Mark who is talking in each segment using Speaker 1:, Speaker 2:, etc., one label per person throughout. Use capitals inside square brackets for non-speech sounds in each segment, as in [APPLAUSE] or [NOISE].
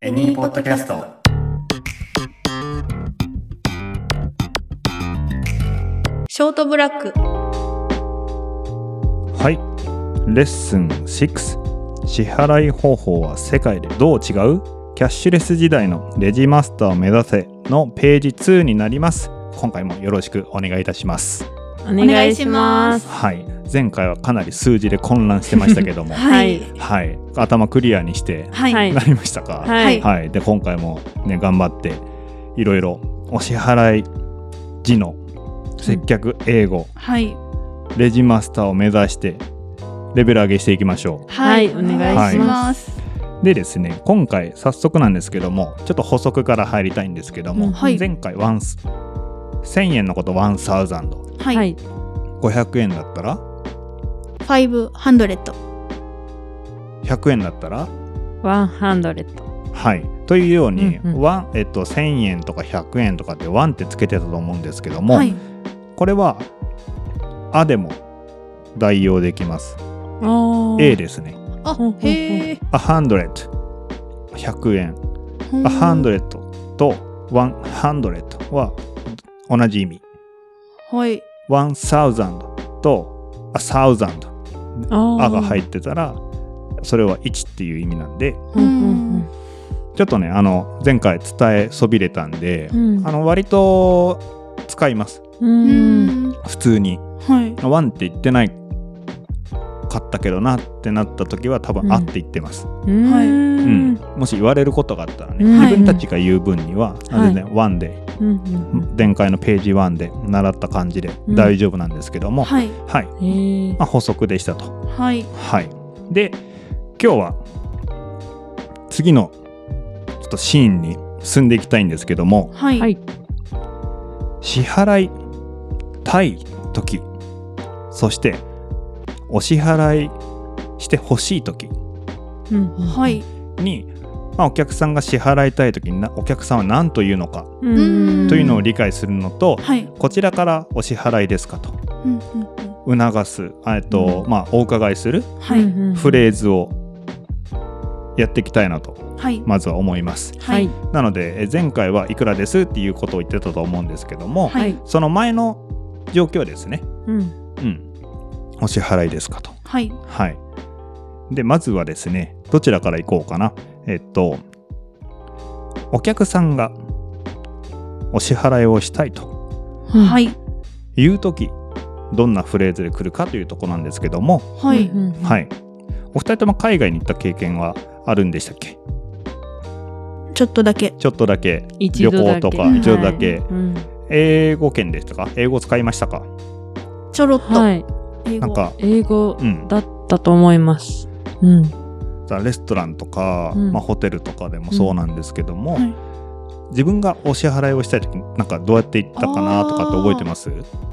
Speaker 1: エニーポッドキャスト。
Speaker 2: ショートブラック。
Speaker 3: はい。レッスン6。支払い方法は世界でどう違うキャッシュレス時代のレジマスターを目指せのページ2になります。今回もよろしくお願いいたします。
Speaker 4: お願いします。
Speaker 3: はい。前回はかなり数字で混乱してましたけど
Speaker 2: [LAUGHS]
Speaker 3: も、
Speaker 2: はい。
Speaker 3: はい。頭クリアにして
Speaker 2: はい。
Speaker 3: なりましたか、
Speaker 4: はいい。
Speaker 3: はい、で今回もね頑張っていろいろお支払い時の接客英語、
Speaker 2: はい。。
Speaker 3: レジマスターを目指してレベル上げしていきましょ
Speaker 4: はいお願
Speaker 3: いし
Speaker 4: ます
Speaker 3: うでですね今回早速なんですけどもちょっと補足から入りたいんですけども、
Speaker 4: うん
Speaker 2: はい
Speaker 3: 前回ワンス1000円のこと1000
Speaker 2: は。
Speaker 4: はいい。
Speaker 3: 500円だったら
Speaker 2: ファイブハンドレッド。
Speaker 3: 100円だったら
Speaker 4: ワンハンドレッド。
Speaker 3: はいというように、
Speaker 4: うんうん
Speaker 3: ワンえっと、1000円とか100円とかってワンってつけてたと思うんですけども、
Speaker 2: はい。
Speaker 3: これは「あ」でも代用できます。
Speaker 4: お
Speaker 3: A ですね。
Speaker 2: あ
Speaker 4: ほうほうほ、う
Speaker 2: へえ。
Speaker 3: A hundred。100円。
Speaker 2: ほん
Speaker 3: A hundred と one hundred は同じ意味。
Speaker 2: はい。
Speaker 3: one thousand と a thousand。
Speaker 4: あ
Speaker 3: あが入
Speaker 4: っ
Speaker 3: ってたら、それは1っていう意味なんで、
Speaker 4: うんうん
Speaker 3: ちょっとね、あの、前回伝えそびれたんで
Speaker 4: う、ん。
Speaker 3: あの、割と使います。
Speaker 4: う。
Speaker 2: うんん。
Speaker 3: 普通に。
Speaker 2: はい。
Speaker 3: ワンって言ってないかったけどなってなった時は多
Speaker 4: う
Speaker 3: 分
Speaker 4: ん
Speaker 3: あって言ってます、
Speaker 4: うん
Speaker 2: はい
Speaker 3: うんもし言われることがあったらね、
Speaker 4: うん
Speaker 3: 自分たちが言う分には、
Speaker 4: はい
Speaker 3: 全然ワンで、
Speaker 4: うんうん
Speaker 3: 前回のページワンで習った感じで
Speaker 4: うん
Speaker 3: 大丈夫なんですけども、
Speaker 2: はい。
Speaker 3: はい、
Speaker 4: うんへえ
Speaker 3: まあ、補足でしたと
Speaker 2: はい。
Speaker 3: はいで今日は次のちょっとシーンに進んでいきたいんですけども
Speaker 2: はい。
Speaker 4: はい。
Speaker 3: 支払い対時そしてお支払いしてほしい時
Speaker 4: うん
Speaker 2: は。い。
Speaker 3: に、まあ、お客さんが支払いたい時になお客さんは何と言うのか
Speaker 4: うんうん
Speaker 3: というのを理解するのと、
Speaker 2: はい。
Speaker 3: こちらからお支払いですかと
Speaker 2: うんうんうん
Speaker 3: 促す、えっと
Speaker 4: う
Speaker 3: まあ、お伺いする
Speaker 2: はい。
Speaker 3: フレーズをやっていきたいなと
Speaker 2: はい。
Speaker 3: まずは思います。
Speaker 4: はい。
Speaker 3: なのでえ前回はいくらですっていうことを言ってたと思うんですけども、
Speaker 2: はい。
Speaker 3: その前の状況ですね、
Speaker 4: うん
Speaker 3: うん、お支払いですかと。
Speaker 2: はい。
Speaker 3: はい。で、まずはですね、どちらから行こうかな。えっと、お客さんがお支払いをしたいと
Speaker 2: はい。はい。
Speaker 3: いうとき、どんなフレーズで来るかというとこなんですけども、
Speaker 2: はい。
Speaker 4: うんうん
Speaker 3: はい。お二人とも海外に行った経験はあるんでしたっけ
Speaker 2: ちょっとだけ。
Speaker 3: ちょっとだけ、
Speaker 4: 一度だけ
Speaker 3: 旅行とか
Speaker 4: はい
Speaker 3: 一度だけ
Speaker 4: うん
Speaker 3: 英語圏でしたか英語使いましたか
Speaker 2: ちょろっと。
Speaker 4: はい。
Speaker 2: 英
Speaker 3: なん
Speaker 2: 語。
Speaker 3: か、
Speaker 4: 英語
Speaker 3: うん。
Speaker 4: だったと思います。うん。
Speaker 3: さレストランとか、
Speaker 4: うん
Speaker 3: まあ、ホテルとかでもそうなんですけども、
Speaker 2: はい
Speaker 3: 自分がお支払いをしたい時なんかどうやって行ったかなとかって覚えてます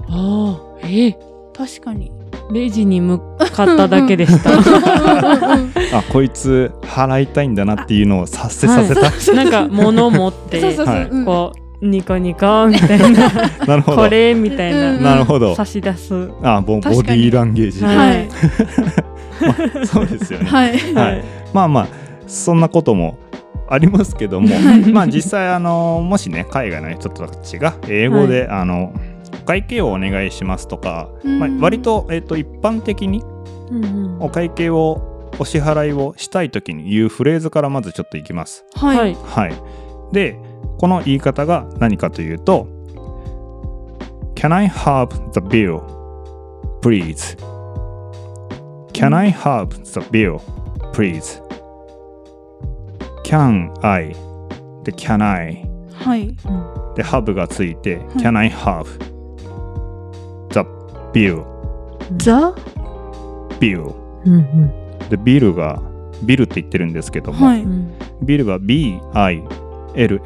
Speaker 4: ああ。ええ。
Speaker 2: 確かに。
Speaker 4: レジに向かっただけでした。
Speaker 2: [LAUGHS]
Speaker 3: あこいつ払いたいんだなっていうのを察せさせた、
Speaker 4: なんか物持っ
Speaker 2: そうそ
Speaker 4: て
Speaker 2: うそ。
Speaker 3: はいう
Speaker 2: うん
Speaker 4: こうニコニコみたいな
Speaker 3: なるほど
Speaker 4: これみたいな、
Speaker 2: うん
Speaker 3: なるほど
Speaker 4: 差し出す。は
Speaker 3: あボボデ
Speaker 2: 確かに
Speaker 3: ィーランゲージで、
Speaker 4: は
Speaker 2: はい。
Speaker 3: そうですよね、
Speaker 2: はい。
Speaker 3: はいまあまあそんなこともありますけども
Speaker 4: はい
Speaker 3: まあ実際あのもしね海外の人たちが英語で、あのお会計をお願いしますとか、まあ
Speaker 2: うん
Speaker 3: 割と,、えっと一般的に
Speaker 4: うんうん
Speaker 3: お会計をお支払いをしたい時に言うフレーズからまずちょっといきます。
Speaker 2: は。
Speaker 4: はいい。
Speaker 3: はい、でこの言い方が何かというと「Can I have the bill, please?」「Can I have the bill, please?」「Can I?」で「Can I?」
Speaker 2: はい。
Speaker 3: で「have」がついて「
Speaker 2: い
Speaker 3: Can I have the bill,
Speaker 2: ザ
Speaker 3: bill?」
Speaker 4: うんうん
Speaker 3: でビルがビルって言ってるんですけども、
Speaker 2: はい。
Speaker 3: ビルが BILL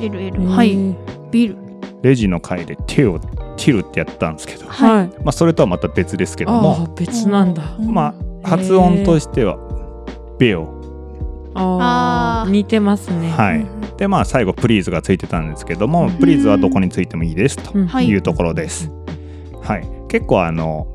Speaker 2: LL。はい。ビル。
Speaker 3: レジの階で手をティルってやったんですけど、ま
Speaker 2: は
Speaker 4: はいい。
Speaker 3: あ、それとはまた別ですけど
Speaker 4: あ
Speaker 3: も
Speaker 4: あ別なんだ。
Speaker 2: うん
Speaker 3: まあ発音としてはビル
Speaker 2: あ
Speaker 4: あ
Speaker 2: ー
Speaker 4: あ似てますね。
Speaker 3: は
Speaker 2: う
Speaker 3: い
Speaker 2: ん
Speaker 3: でまあ最後プリーズがついてたんですけど
Speaker 4: う
Speaker 3: も
Speaker 4: ん
Speaker 3: プリーズはどこについてもいいですと
Speaker 4: うん
Speaker 2: はい
Speaker 3: いうところですはい結構あの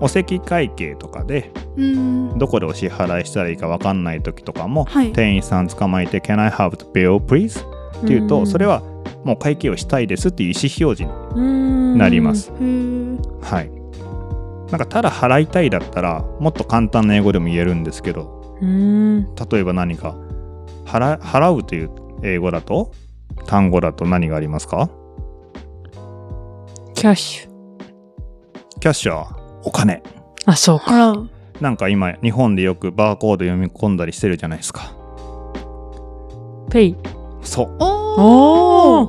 Speaker 3: お席会計とかで
Speaker 2: うん。
Speaker 3: どこでお支払いしたらいいか分かんない時とかも、
Speaker 2: はい
Speaker 3: 店員さん捕まえて「Can I have the bill please?」って言うと、それはもう会計をしたいですっていう意思表示に
Speaker 4: に
Speaker 3: なりま。す。
Speaker 2: へー
Speaker 3: はい。なんかただ払いたいだったらもっと簡単な英語でも言えるんですけど
Speaker 4: うん
Speaker 3: 例えば何か払払うという英語だと単語だと何がありますか
Speaker 4: キャッシュ。
Speaker 3: キャッシュはお金。
Speaker 4: あ、そうか。
Speaker 2: 払う。
Speaker 3: なんか今日本でよくバーコード読み込んだりしてるじゃないですか。
Speaker 4: ペイ。
Speaker 3: そう。
Speaker 2: お
Speaker 4: お
Speaker 2: お。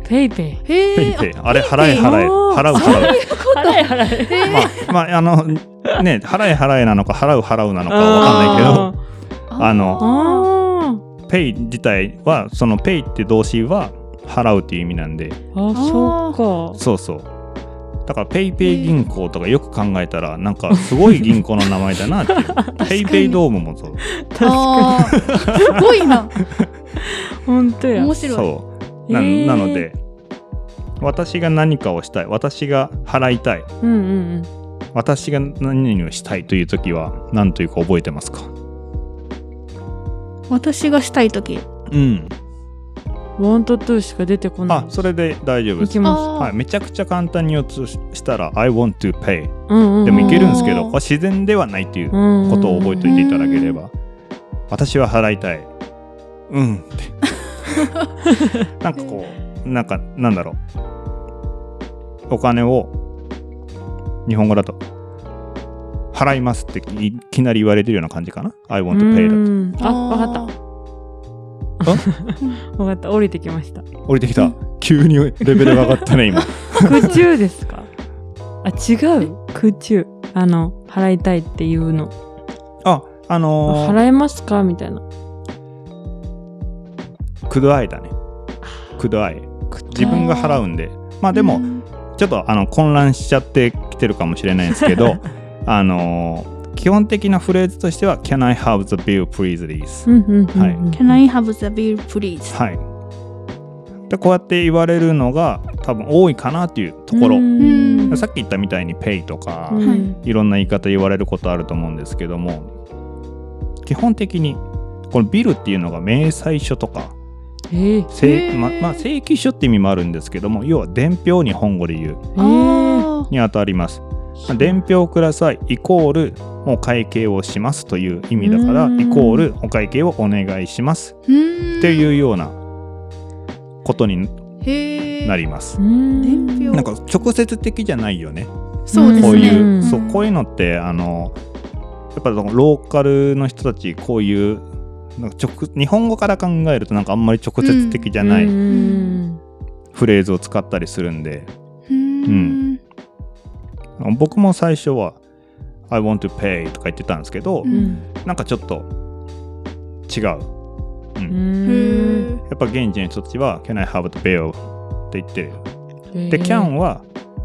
Speaker 4: お。ペイペイ。
Speaker 2: へ
Speaker 3: ペイ
Speaker 2: え。
Speaker 3: ペイ。あれ払え
Speaker 2: ペイペイ
Speaker 3: 払え。
Speaker 4: あー
Speaker 3: 払う払う。
Speaker 4: 払え払え。
Speaker 3: まあ、まあ、あの、ね、払え払えなのか払う払うなのかわかんないけど、
Speaker 2: あ
Speaker 3: あの
Speaker 2: ー
Speaker 4: あ
Speaker 3: ペイ自体は、そのペイって動詞は払うっていう意味なんで、
Speaker 4: ーあ、そうか。
Speaker 3: そうそう。だからペイペイ銀行とかよく考えたら、なんかすごい銀行の名前だなっていう。ペイペイドームもそう。
Speaker 4: 確か
Speaker 2: あーすごいな。
Speaker 4: に。本当や。
Speaker 2: 面白い。
Speaker 3: そう。ななので、私が何かをしたい私が払いたい
Speaker 4: えー。うんうん
Speaker 3: 私が何々をしたいという時は何というか覚えてますか
Speaker 2: 私がしたいとき。
Speaker 3: うん
Speaker 4: うん。ワンとトゥーしか出てこない
Speaker 3: あ。それで大丈夫
Speaker 4: い
Speaker 3: です
Speaker 4: き、ま
Speaker 2: あー
Speaker 3: はい、めちゃくちゃ簡単に言おうとしたら「I want to pay
Speaker 4: す。うんうん。」
Speaker 3: でもいけるんですけど
Speaker 2: うん
Speaker 3: これ自然ではないというこ
Speaker 4: こと
Speaker 3: を覚えておいていただければ私は払いたいうんって [LAUGHS] なんかこうなんかなんだろうお金を日本語だと払いますっていいきなり言われてるような感じかな I want to pay だと
Speaker 4: だあ、わかった。
Speaker 2: た。
Speaker 4: わかった。降りてきました。
Speaker 3: 降りてきた急にレベルが上がったね [LAUGHS] 今
Speaker 4: 空中ですかあ、違う。空中。あの、払いたいっていうの。
Speaker 3: ああのー、
Speaker 4: 払えますかみたいな。
Speaker 3: くどあいだねくどあい自分が払うんでまあでも、
Speaker 2: うん
Speaker 3: ちょっとあの混乱しちゃってきてるかもしれないんですけどあのー基本的なフレーズとしては「Can I have the bill please?」です、
Speaker 4: うんうんうんうん。
Speaker 3: はい
Speaker 2: Can I have the bill please?
Speaker 3: はいでこうやって言われるのが多分多いかなっていうところ、
Speaker 4: うん
Speaker 2: うん
Speaker 3: さっき言ったみたいに「pay」とか、
Speaker 4: うん
Speaker 2: はい
Speaker 3: いろんな言い方言われることあると思うんですけども基本的にこのビルっていうのが明細書とか
Speaker 4: えー、
Speaker 3: 正,、
Speaker 2: へー
Speaker 3: ままあ、正規書って意味もあるんですけども要は伝票日本語で言う
Speaker 4: えー、
Speaker 2: あ
Speaker 3: にあたります、まあ伝票くださいイコールもう会計をしますという意味だから
Speaker 4: うん
Speaker 3: イコールお会計をお願いします
Speaker 2: ー。
Speaker 3: って
Speaker 2: う
Speaker 3: いうようなことに
Speaker 2: ん。へえ。
Speaker 3: なります
Speaker 4: う、ん
Speaker 2: 伝票
Speaker 3: なんか直接的じゃないよね
Speaker 2: そうですね。
Speaker 3: こういう、
Speaker 4: ん
Speaker 3: そうこういうのってあのやっぱそのローカルの人たちこういうなんか直日本語から考えるとなんかあんまり直接的じゃな
Speaker 4: う
Speaker 3: い
Speaker 4: ん
Speaker 3: フレーズを使ったりするんで、
Speaker 2: うーん。
Speaker 3: 僕も最初は「I want to pay」とか言ってたんですけど、
Speaker 2: うん
Speaker 3: なんかちょっと違う
Speaker 4: うん
Speaker 2: へ
Speaker 3: やっぱ現地の人たちは「Can I have the bill?」って言ってる
Speaker 4: え
Speaker 3: で「
Speaker 4: ン
Speaker 3: can」は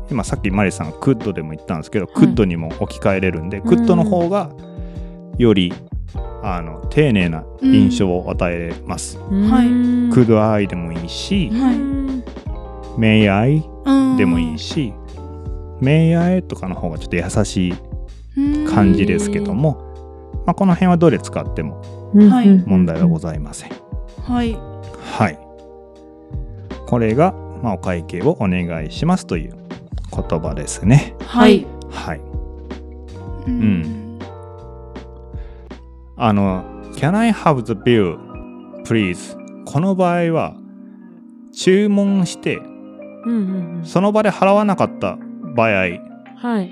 Speaker 3: 今さっきマリさんが「could」でも言ったんですけど「could」にも置き換えれるんで「could」の方がよりあの丁寧な印象を与えます。
Speaker 2: はい
Speaker 3: could I でもいいし
Speaker 2: はい
Speaker 3: may I
Speaker 2: うん
Speaker 3: でもいいし may I とかの方がちょっと優しい感じですけども、まあ、この辺はどれ使っても
Speaker 2: はい
Speaker 3: 問題はございません。
Speaker 2: はい。
Speaker 3: はい。これが、まあ、お会計をお願いしますという言葉ですね。
Speaker 2: はい。
Speaker 3: はい。。
Speaker 2: うん
Speaker 3: あの、Can I have the bill, please? この場合は、注文して、
Speaker 4: うんうんうん
Speaker 3: その場で払わなかった場合
Speaker 4: はい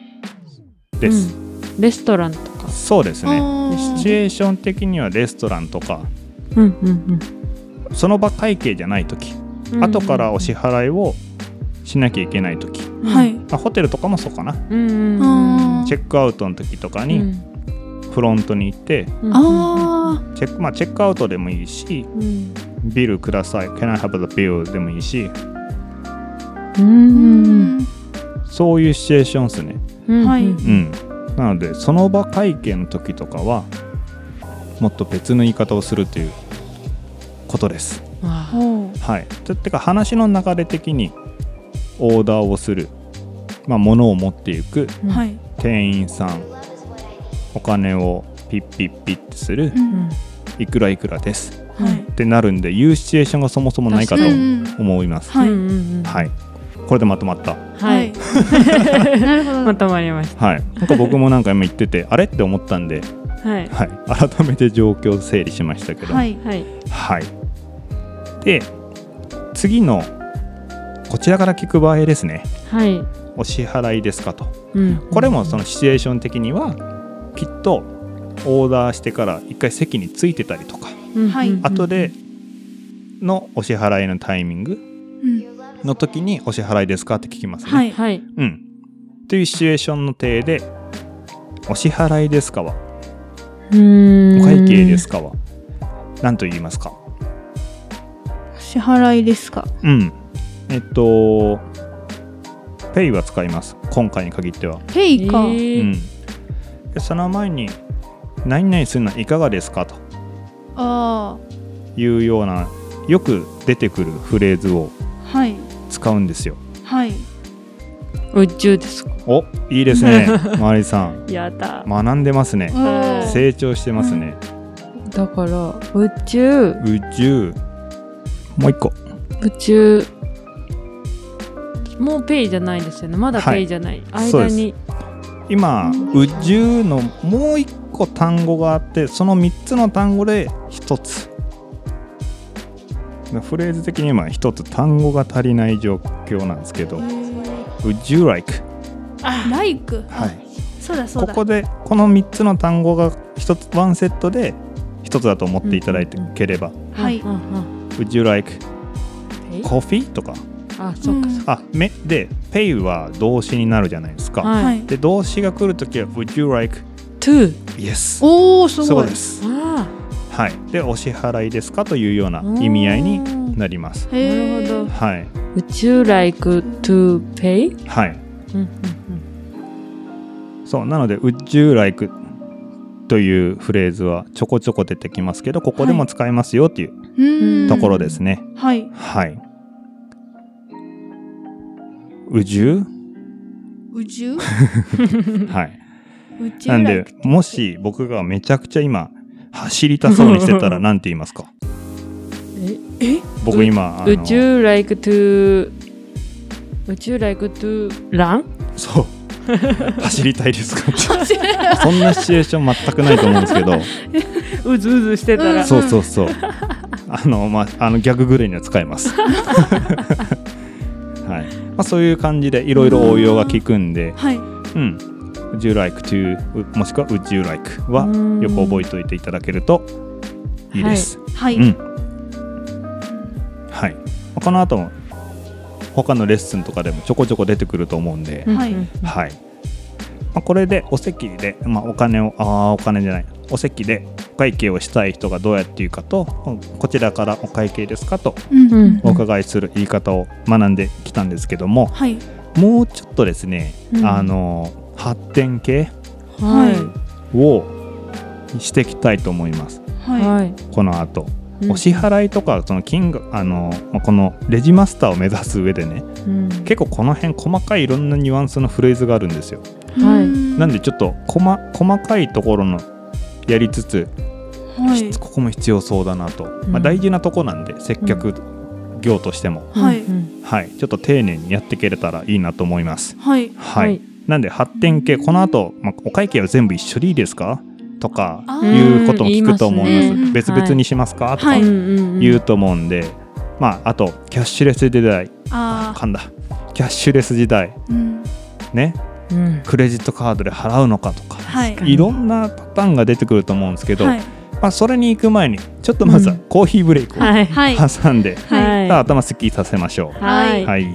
Speaker 3: です。
Speaker 4: うんレストランとか
Speaker 3: そうですね。
Speaker 2: あー
Speaker 3: シチュエーション的にはレストランとか、
Speaker 4: うんうん
Speaker 3: その場会計じゃない時
Speaker 4: うん
Speaker 3: 後からお支払いをしなきゃいけない時
Speaker 2: はい。
Speaker 3: まあ、ホテルとかもそうかな。
Speaker 4: うんうん
Speaker 2: あー
Speaker 3: チェックアウトの時とかに、フロントに行って、
Speaker 2: ああ。
Speaker 3: チェック、まあ、チェックアウトでもいいし、ビルください、Can I have the bill でもいいし、
Speaker 4: うん
Speaker 3: そういうシチュエーションですね。
Speaker 2: はい
Speaker 3: うん。なので、その場会計の時とかは、もっと別の言い方をするということです。
Speaker 4: あ
Speaker 2: ほう。
Speaker 3: はい。てってか、話の流れ的に、オーダーをする、まあ、物を持っていく、
Speaker 4: うん
Speaker 2: はい。
Speaker 3: 店員さんお金をピッピッピッってする
Speaker 2: う、
Speaker 4: うんん
Speaker 3: いくらいくらです
Speaker 2: はい
Speaker 3: ってなるんで言うシチュエーションがそもそもないかと
Speaker 4: 確か
Speaker 2: に
Speaker 3: 思います。
Speaker 2: はい
Speaker 4: うんうんうん
Speaker 3: はい、これでまとまった。
Speaker 4: は
Speaker 2: はいいなるほど
Speaker 4: まとまりまし
Speaker 3: はい、なんか僕もなんか今言ってて [LAUGHS] あれって思ったんで、
Speaker 4: たはい
Speaker 3: はい、改めて状況を整理しましたけど、
Speaker 2: はい
Speaker 4: はい
Speaker 3: はい、で次のこちらから聞く場合ですね
Speaker 4: はい
Speaker 3: お支払いですかと
Speaker 4: うん
Speaker 3: これもそのシチュエーション的にはきっとオーダーしてから一回席についてたりとか
Speaker 4: うん
Speaker 2: はい
Speaker 4: うん
Speaker 3: 後でのお支払いのタイミング
Speaker 2: うん
Speaker 3: の時にお支払いですかって聞きますね。
Speaker 2: はい
Speaker 4: はい
Speaker 3: うん、というシチュエーションの体でお支払いですかは
Speaker 4: うーん
Speaker 3: お会計ですかは何と言いますか
Speaker 2: 支払いですか
Speaker 3: うんえっとペイは使います今回に限っては、
Speaker 2: ペイか
Speaker 4: え
Speaker 3: う
Speaker 4: ー
Speaker 3: ん、でその前に何々するのはいかがですかと
Speaker 2: あ
Speaker 3: いうようなよく出てくるフレーズを
Speaker 2: あはい
Speaker 3: 使うんですよ
Speaker 2: はい
Speaker 4: 宇宙ですか
Speaker 3: おいいです
Speaker 4: [LAUGHS]
Speaker 3: ねマリさん
Speaker 4: やだ
Speaker 3: 学んでますね
Speaker 2: おー
Speaker 3: 成長してますね
Speaker 4: だから宇宙
Speaker 3: 宇宙もう一個
Speaker 4: 宇宙もうペイじゃないですよねまだペイじゃない、
Speaker 3: はい
Speaker 4: 間に
Speaker 3: 今宇宙のもう一個単語があってその3つの単語で1つフレーズ的に今1つ単語が足りない状況なんですけど「Would you like
Speaker 2: ライク」
Speaker 3: はい、
Speaker 2: そうだそう
Speaker 3: こ
Speaker 2: だ
Speaker 3: こでこの3つの単語が1つワンセットで1つだと思っていただいてければ
Speaker 2: はい
Speaker 4: うんうん
Speaker 3: 「Would you like
Speaker 4: ペイ
Speaker 3: coffee?」とか
Speaker 4: あそっかそっか
Speaker 3: あめで「pay」は動詞になるじゃないですか、
Speaker 4: はい
Speaker 2: はい
Speaker 3: で動詞が来るときは「Would you like
Speaker 4: トゥー
Speaker 3: yes」
Speaker 2: おおす
Speaker 3: そ
Speaker 2: ご
Speaker 3: う
Speaker 2: い
Speaker 3: です
Speaker 4: あ
Speaker 3: はい、でお支払いですかというような
Speaker 4: あ
Speaker 3: 意味合いになります。
Speaker 2: へ
Speaker 4: な
Speaker 2: ー
Speaker 4: るほど
Speaker 3: はい、
Speaker 4: 宇宙 like to pay
Speaker 3: はい、
Speaker 4: うんうん
Speaker 3: そうなので「Would you like」というフレーズはちょこちょこ出てきますけどここでも使えますよっていう
Speaker 2: うーん
Speaker 3: ところですね。
Speaker 2: はい
Speaker 3: はい。Would you?
Speaker 2: 宇
Speaker 4: [LAUGHS]
Speaker 2: 宙
Speaker 3: はい。
Speaker 2: 宇宙
Speaker 3: なんでもし僕がめちゃくちゃ今走りたそうにしてたら何て言いますか
Speaker 4: うん
Speaker 2: え
Speaker 3: 僕今あ
Speaker 4: え
Speaker 3: の
Speaker 4: 宇宙 like to 宇宙 like to run [LAUGHS]
Speaker 3: そう走りたいですかそんなシチュエーション全くないと思うんですけど。
Speaker 4: うずうずしてたら、
Speaker 2: ん
Speaker 3: そうそうそう。あのまああのギャグぐらいには使え [LAUGHS] ます。はい。まあそういう感じでいろいろ応用が効くんで、
Speaker 2: はい
Speaker 3: うん。Would you like to うもしくは Would you like は
Speaker 4: うん
Speaker 3: よく覚えておいていただけるといいです。
Speaker 2: はい
Speaker 3: うん。はい。まあこの後も他のレッスンとかでもちょこちょこ出てくると思うんで、
Speaker 4: うん
Speaker 2: はい
Speaker 4: うん
Speaker 3: はい。まあ、これでお席で、まあ、お金を、ああ、お金じゃない、お席でお会計をしたい人がどうやって言うかと、うんこちらからお会計ですかと
Speaker 2: うん
Speaker 4: う
Speaker 2: うんん
Speaker 3: お伺いする言い方を学んできたんですけども、
Speaker 2: はい
Speaker 3: もうちょっとですね、
Speaker 4: うん
Speaker 3: あのー、発展系
Speaker 4: は
Speaker 3: をしていきたいと思います。
Speaker 4: い
Speaker 2: は
Speaker 4: はい
Speaker 3: この後、
Speaker 4: うん
Speaker 3: お支払いとかその金額あのー、まあこのレジマスターを目指す上でね
Speaker 4: うん
Speaker 3: 結構この辺細かいいろんなニュアンスのフレーズがあるんですよ。
Speaker 2: い
Speaker 4: はい
Speaker 2: ー
Speaker 4: う
Speaker 2: ん
Speaker 3: なんでちょっと細細かいところのやりつつ、
Speaker 2: はい
Speaker 3: ここも必要そうだなと、ま
Speaker 4: う
Speaker 3: あ、
Speaker 4: ん
Speaker 3: 大事なとこなんで接客業としても、
Speaker 2: はい
Speaker 4: うん
Speaker 3: はい、ちょっと丁寧にやっていけれたらいいなと思います。
Speaker 2: はい
Speaker 3: はい
Speaker 4: はい
Speaker 3: なんで発展系この後、まあ、お会計は全部一緒でいいですかとか
Speaker 2: あ
Speaker 4: ー
Speaker 3: いうことも聞くと思いま
Speaker 2: うん
Speaker 3: す,、
Speaker 2: 言いますね
Speaker 3: 別々にしますか、と
Speaker 2: は
Speaker 3: か
Speaker 2: い
Speaker 4: うんうんうん
Speaker 3: 言うと思うんで、まあ、あとキャッシュレス時代
Speaker 2: ああ
Speaker 3: 噛んだキャッシュレス時代
Speaker 2: うん
Speaker 3: ね
Speaker 4: うん
Speaker 3: クレジットカードで払うのかとか
Speaker 2: はい
Speaker 3: いろんなパターンが出てくると思うんですけど、
Speaker 2: はい
Speaker 3: まあ、それに行く前にちょっとまずは
Speaker 4: うん
Speaker 3: コーヒーブレイクを
Speaker 4: はい
Speaker 2: はい
Speaker 3: 挟んで、
Speaker 2: はい
Speaker 4: はい
Speaker 3: 頭すっきりさせましょう。
Speaker 4: は
Speaker 2: はいい
Speaker 3: はい、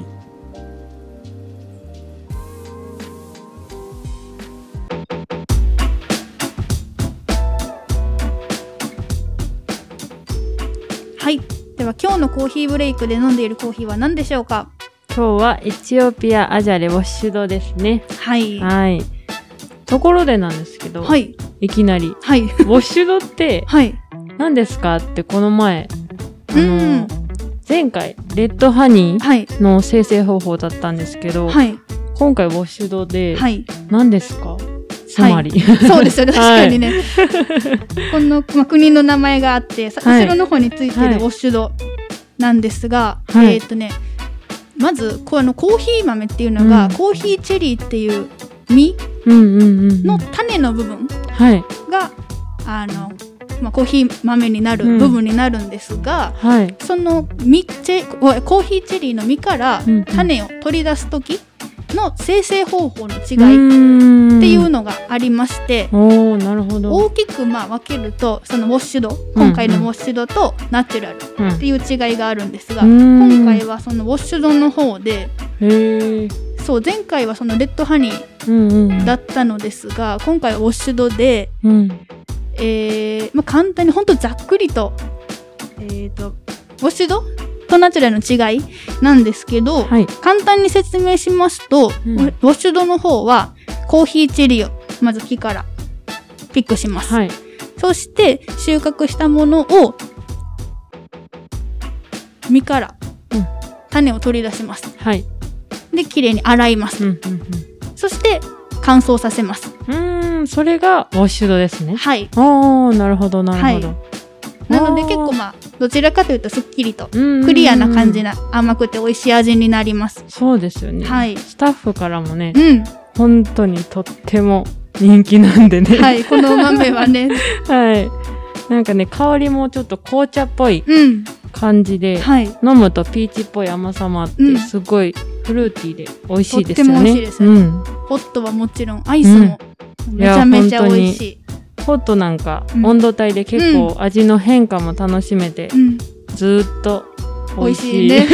Speaker 2: はいでは今日のコーヒーブレイクで飲んでいるコーヒーは何でしょうか
Speaker 4: 今日はエチオピアアジャレウォッシュドですね。
Speaker 2: はいは
Speaker 4: はい。ところでなんですけど、
Speaker 2: い
Speaker 4: いきなり、
Speaker 2: はい
Speaker 4: ウォッシュドって
Speaker 2: はい
Speaker 4: 何ですかってこの前、あ
Speaker 2: う
Speaker 4: の
Speaker 2: ん、
Speaker 4: 前回、レッドハニ
Speaker 2: はい
Speaker 4: ーの生成方法だったんですけど、
Speaker 2: はい
Speaker 4: 今回ウォッシュドで、
Speaker 2: はい。
Speaker 4: 何ですかつまり。
Speaker 2: そうですよね、確
Speaker 4: はい
Speaker 2: かにね。
Speaker 4: [LAUGHS]
Speaker 2: この、まあ、国の名前があって、さ
Speaker 4: はい
Speaker 2: 後ろの方について
Speaker 4: はい
Speaker 2: るウォッシュドなんですが、
Speaker 4: はい
Speaker 2: えーっとね、まずこのコーヒー豆っていうのが、
Speaker 4: うん
Speaker 2: コーヒーチェリーっていう実
Speaker 4: [LAUGHS] うんうんうん。
Speaker 2: の種の部分
Speaker 4: はい。
Speaker 2: が、あの、まあ、コーヒー豆になる部分になるんですが、
Speaker 4: はい。
Speaker 2: その実チェコーヒーチェリーの実から
Speaker 4: うんうん
Speaker 2: 種を取り出す時の生成方法の違い
Speaker 4: 外
Speaker 2: っていう。のがありまして、
Speaker 4: おおなるほど。
Speaker 2: 大きくまあ分けるとそのウォッシュド
Speaker 4: うん
Speaker 2: 今回のウォッシュドとナチュラルっ
Speaker 4: うん
Speaker 2: ていう違いがあるんですが、
Speaker 4: 今
Speaker 2: 今回はそのウォッシュドの方で
Speaker 4: へえ。
Speaker 2: そう前回はそのレッドハニー
Speaker 4: うんうん。
Speaker 2: だったのですが今回はウォッシュドで、
Speaker 4: うん。
Speaker 2: えーまあ、簡単にほんとざっくりと,、えー、とウォッシュドとナチュラルの違いなんですけど、
Speaker 4: はい。
Speaker 2: 簡単に説明しますと、
Speaker 4: うん
Speaker 2: ウォッシュドの方はコーヒーチェリーをまず木からピックします。
Speaker 4: はい。
Speaker 2: そして収穫したものを実から
Speaker 4: うん
Speaker 2: 種を取り出します。
Speaker 4: はい。
Speaker 2: で、綺麗に洗います。
Speaker 4: うんうん
Speaker 2: そして乾燥させます。
Speaker 4: うん。うーん、それがウォッシュドですね。
Speaker 2: はい。
Speaker 4: おおなるほど、なるほ
Speaker 2: は
Speaker 4: ど。
Speaker 2: なので
Speaker 4: あー
Speaker 2: 結構まあ、どちらかというとすっきりとク
Speaker 4: ク
Speaker 2: リアな感じ。な甘くて美味しい味になります。
Speaker 4: そうですよね。
Speaker 2: はい
Speaker 4: スタッフからもね
Speaker 2: う、ん。
Speaker 4: 本当にとっても人気なんでね。
Speaker 2: はい。このお豆はね。
Speaker 4: [LAUGHS] はい。なんかね、香りもちょっと紅茶っぽい
Speaker 2: うん。
Speaker 4: 感じで、
Speaker 2: はい。
Speaker 4: 飲むとピーチっぽい甘さもあって、
Speaker 2: うん
Speaker 4: すごいフルーティーで美味しいですよね。
Speaker 2: とっても美味しいですよ
Speaker 4: う
Speaker 2: ね
Speaker 4: ん。
Speaker 2: ホットはもちろんアイスもめちゃめちゃ美味しい。
Speaker 4: ホットなんか
Speaker 2: うん
Speaker 4: 温度帯で結構味の変化も楽しめて、
Speaker 2: うん。
Speaker 4: ずーっと
Speaker 2: 美
Speaker 4: 美味
Speaker 2: 味
Speaker 4: し
Speaker 2: し
Speaker 4: い。
Speaker 2: いね。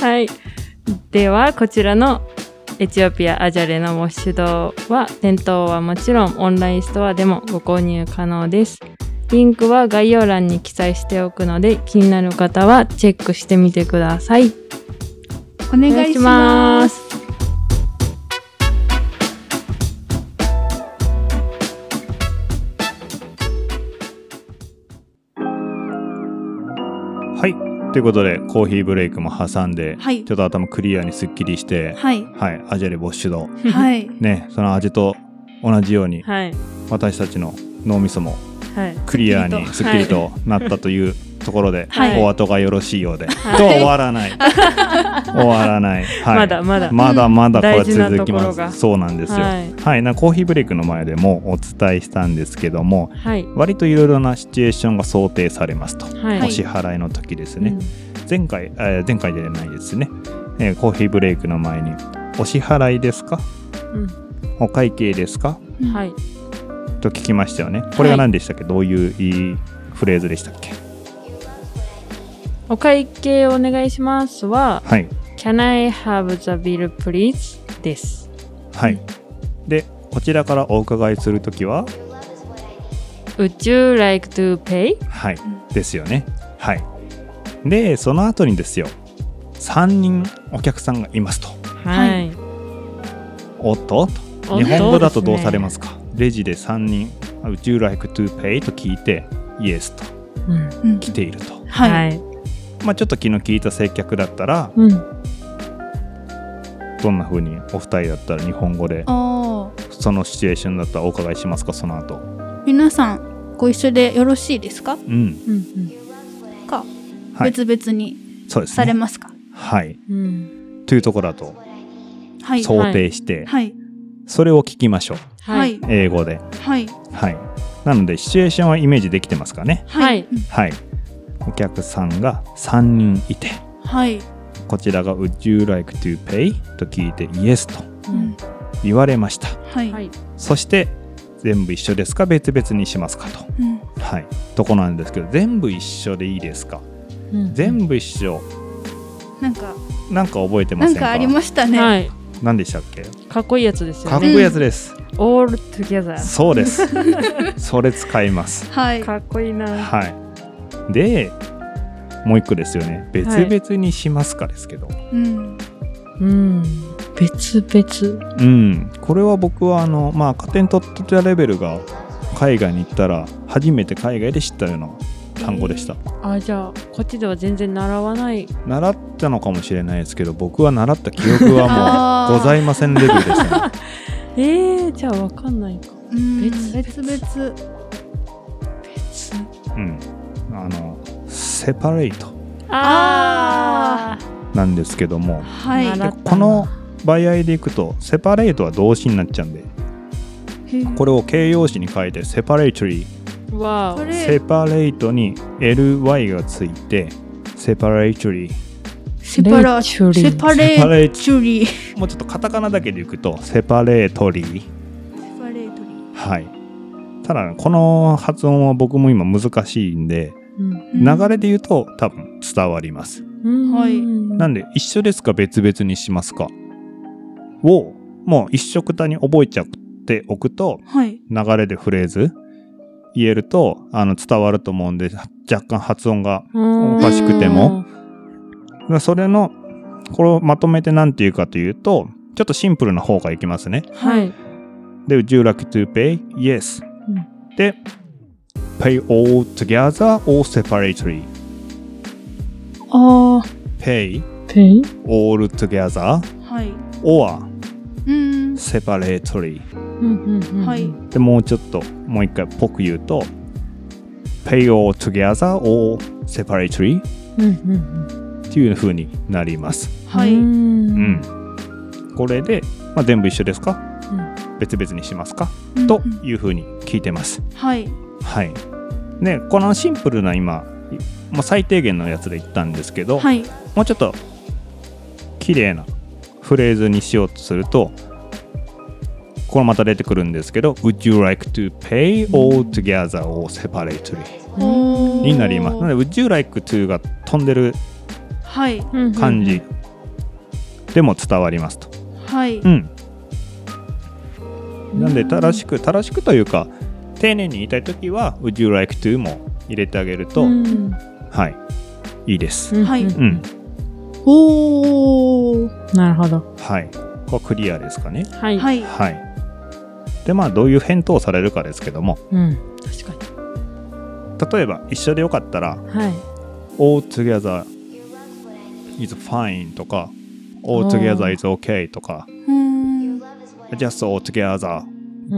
Speaker 4: はい。では、こちらのエチオピアアジャレのウォッシュドは、店頭はもちろんオンラインストアでもご購入可能です。リンクは概要欄に記載しておくので、気になる方はチェックしてみてください。
Speaker 2: お願いします。
Speaker 4: す。
Speaker 3: はい。ということで、コーヒーブレイクも挟んで、
Speaker 2: はい
Speaker 3: ちょっと頭クリアにすっきりして、
Speaker 2: はい。
Speaker 3: はい、アジャレボッシュド。
Speaker 4: い。
Speaker 2: はい。
Speaker 3: ね、その味と同じように、
Speaker 4: はい。
Speaker 3: 私たちの脳みそも
Speaker 4: はい。
Speaker 3: クリアにす
Speaker 4: す
Speaker 3: っ
Speaker 4: っ
Speaker 3: き
Speaker 4: き
Speaker 3: り
Speaker 4: り
Speaker 3: となったというところで、
Speaker 2: はい
Speaker 3: お後がよろしいようで、
Speaker 4: はい
Speaker 3: とは終わらない終わらない、はい、
Speaker 4: まだまだ。
Speaker 3: まだまだこれ
Speaker 4: 大事な
Speaker 3: 続き
Speaker 4: とこ
Speaker 3: ま
Speaker 4: ろが
Speaker 3: すそうなんですよは
Speaker 4: はいい、
Speaker 3: なコーヒーブレイクの前でもお伝えしたんですけども
Speaker 4: はい。
Speaker 3: 割といろいろなシチュエーションが想定されますと、
Speaker 4: はい。
Speaker 3: お支払いの時ですね、前回、えー前回じゃないですね、えーコーヒーブレイクの前にお支払いですか
Speaker 4: うん。
Speaker 3: お会計ですか
Speaker 4: うんはい。
Speaker 3: と聞きましたよねこれが何でしたっけ、どういういいフレーズでしたっけ
Speaker 4: お会計お願いしますは、
Speaker 3: はい
Speaker 4: Can I have the bill please? です。
Speaker 3: はい。で、こちらからお伺いするときは、
Speaker 4: Would you like to pay?
Speaker 3: はい、ですよね。はい。で、その後にですよ、3人お客さんがいますと。
Speaker 4: はい。
Speaker 3: おっとと日本語だとどうされますかレジで3人、Would you like to pay? と聞いて、Yes と
Speaker 4: うん
Speaker 2: うん
Speaker 3: 来ていると。
Speaker 2: はい。
Speaker 4: い。
Speaker 3: まあちょっと気の利いた接客だったら、
Speaker 4: うん。
Speaker 3: どんな風にお二人だったら日本語で、
Speaker 2: あ
Speaker 3: そのシチュエーションだったらお伺いしますか、その後。
Speaker 2: あ、皆さんご一緒でよろしいですか？
Speaker 3: うん。
Speaker 4: うん。
Speaker 2: か、
Speaker 3: はい
Speaker 2: 別々に
Speaker 3: そうです
Speaker 2: され
Speaker 3: ね。
Speaker 2: ますか？
Speaker 3: はい。
Speaker 4: うん。
Speaker 3: というところだと
Speaker 2: はい。
Speaker 3: 想定して、
Speaker 2: はい。
Speaker 3: それを聞きましょう。
Speaker 2: は
Speaker 4: はいい。。
Speaker 3: 英語で。
Speaker 2: はい。
Speaker 3: はい。なので、シチュエーションはイメージできてますかね。
Speaker 4: はい
Speaker 2: うん
Speaker 3: はい。お客さんが3人いて、
Speaker 2: はい。
Speaker 3: こちらが Would you like to pay? と聞いて Yes と
Speaker 2: うん
Speaker 3: 言われました。
Speaker 2: はい。
Speaker 4: はい。
Speaker 3: そして、全部一緒ですか別々にしますか
Speaker 2: うん
Speaker 3: と。はい。とこなんですけど、全部一緒でいいですか全部一緒。
Speaker 2: なんか
Speaker 3: なんか覚えてま
Speaker 2: な
Speaker 3: せ
Speaker 2: ん
Speaker 3: んか
Speaker 2: かありました
Speaker 4: 部
Speaker 2: ね。
Speaker 4: はい。
Speaker 3: 何でしたっけ
Speaker 4: かっこいいやつです
Speaker 3: か
Speaker 4: よ
Speaker 3: っこい
Speaker 4: ね。
Speaker 3: いやつです。
Speaker 4: All together。
Speaker 3: そうです。それ使います。
Speaker 2: はい。
Speaker 4: かっこいいな。
Speaker 3: はい。で、もう一個ですよね。別々にしますかですけど。
Speaker 2: うん。
Speaker 4: うん。別々。
Speaker 3: うん。これは僕は、あの、まあ、カテントットレベルが海外に行ったら、初めて海外で知ったような単語でした。
Speaker 4: あ、じゃあ、こっちでは全然習わない。
Speaker 3: 習っったのかもしれないですけど僕は習った記憶はもう
Speaker 2: あー
Speaker 3: ございませんレベルでしたね
Speaker 4: えー、じゃあわかんないか。
Speaker 2: うん
Speaker 4: 別
Speaker 2: 別々
Speaker 3: うんあのセパレート
Speaker 2: あ
Speaker 3: なんですけども
Speaker 2: はい
Speaker 4: 習っ
Speaker 3: でこの場合でいくとセパレートは動詞になっちゃうんで
Speaker 2: へー
Speaker 3: これを形容詞に変えてセパレートリー
Speaker 4: ーわ
Speaker 2: そ
Speaker 4: お。
Speaker 2: れ
Speaker 3: セパレートに ly がついてセパレートリー
Speaker 2: セパラ
Speaker 4: レチュリー
Speaker 2: セパレーチュリーセ
Speaker 3: もうちょっとカタカナだけでいくとセパレートリー
Speaker 2: パレートリー
Speaker 3: はいただこの発音は僕も今難しいんで
Speaker 4: うん
Speaker 2: うん
Speaker 3: 流れで言うと多分伝わります。
Speaker 4: うん
Speaker 2: はい
Speaker 3: なんで一緒ですか別々にしますかをもう一緒くたに覚えちゃっておくと
Speaker 2: はい
Speaker 3: 流れでフレーズ言えるとあの伝わると思うんで若干発音がおかしくても。だからそれのこれをまとめて何て言うかというとちょっとシンプルな方がいきますね。
Speaker 4: はい。
Speaker 3: で、Would you like to pay? Yes、
Speaker 4: うん
Speaker 3: で、Pay all together or separately?
Speaker 2: あ
Speaker 3: Pay
Speaker 4: ペイ
Speaker 3: all together
Speaker 2: あはい
Speaker 3: or
Speaker 2: うん
Speaker 3: セパレートリー
Speaker 4: うんうんうんうん
Speaker 2: はい
Speaker 3: でもうちょっともう一回っぽく言うと Pay all together or separately
Speaker 4: うんうん
Speaker 3: っていう風になります
Speaker 2: はい
Speaker 3: うんんこれで、まあ、全部一緒ですか、別々にしますかと
Speaker 2: うんうん
Speaker 3: いう風に聞いてます
Speaker 2: はい
Speaker 3: はいねこのシンプルな今もう最低限のやつで言ったんですけど、
Speaker 2: はい
Speaker 3: もうちょっと綺麗なフレーズにしようとするとこれまた出てくるんですけど「Would you like to pay all together or separately?」
Speaker 2: おー
Speaker 3: になりますなので「Would you like to」が飛んでる
Speaker 2: はい
Speaker 4: うん
Speaker 3: 感じでも伝わりますと。
Speaker 2: はい
Speaker 3: うん、なんで正しく正しくというか丁寧に言いたい時は「Would you like to」も入れてあげると、
Speaker 4: うん
Speaker 3: はいいいです。
Speaker 4: うん
Speaker 2: はい
Speaker 3: うん
Speaker 2: おお
Speaker 4: なるほど
Speaker 3: はい、ここはクリアですかね。
Speaker 4: はい
Speaker 2: はい
Speaker 3: はい。で、まあ、どういう返答をされるかですけども、
Speaker 4: うん確か
Speaker 3: 例えば、一緒でよかったら、
Speaker 4: にはい
Speaker 3: all together is fine とか、all together is okay とか、
Speaker 2: うーん
Speaker 3: just all together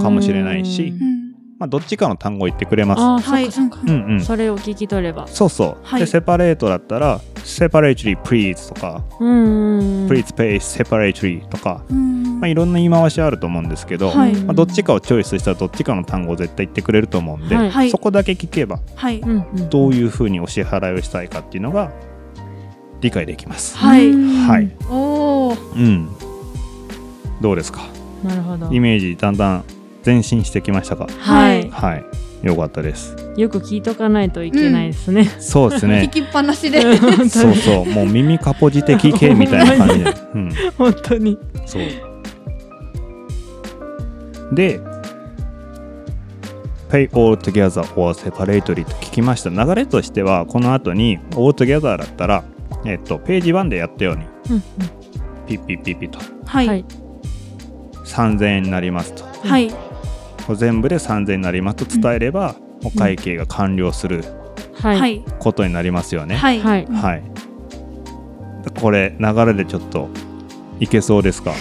Speaker 3: かもしれないし
Speaker 4: うん
Speaker 2: うん
Speaker 3: まあ、どっちかの単語を言ってくれます。
Speaker 4: ああそ
Speaker 2: は
Speaker 4: っ
Speaker 2: い
Speaker 4: かそっか
Speaker 3: うんうん。
Speaker 4: それを聞き取れば
Speaker 3: そうそう。
Speaker 2: はい
Speaker 3: で、セパレートだったら、separately please とか、
Speaker 4: うん
Speaker 3: please pay separately とか、
Speaker 2: うん
Speaker 3: まあ、いろんな言い回しあると思うんですけど、
Speaker 2: はい
Speaker 3: まあ、どっちかをチョイスしたらどっちかの単語を絶対言ってくれると思うんで、
Speaker 4: はい
Speaker 2: はい
Speaker 3: そこだけ聞けば
Speaker 2: はい
Speaker 4: うんうん
Speaker 3: どういうふうにお支払いをしたいかっていうのが理解できます。
Speaker 2: はい
Speaker 3: はい。
Speaker 2: おお
Speaker 3: うん。どうですか
Speaker 4: なるほど
Speaker 3: イメージだんだん前進してきましたか
Speaker 4: は
Speaker 2: はい
Speaker 3: はい。よかったです。
Speaker 4: よく聞いとかないといけないですね
Speaker 3: そうで
Speaker 2: [LAUGHS]
Speaker 3: す
Speaker 2: 聞
Speaker 3: ね。
Speaker 2: きっぱなしで
Speaker 3: そうそう。もう耳かぽじ的系みたいな感
Speaker 2: [LAUGHS]
Speaker 3: じで。うん。
Speaker 4: [LAUGHS] 本当に
Speaker 3: そう。で、Pay all together or separately と聞きました。流れとしては、この後に all together だったら、えっと、ページ1でやったように、
Speaker 4: うん
Speaker 3: ピッピッピッピッと
Speaker 2: は
Speaker 4: うんはいい
Speaker 3: 3000円になりますと。
Speaker 2: はい
Speaker 3: これ全部で3000円になりますと伝えれば、お会計が完了する
Speaker 2: は
Speaker 4: はい
Speaker 2: い
Speaker 3: ことになりますよね。
Speaker 2: はい
Speaker 4: はい
Speaker 3: はい。これ、流れでちょっといけそうですか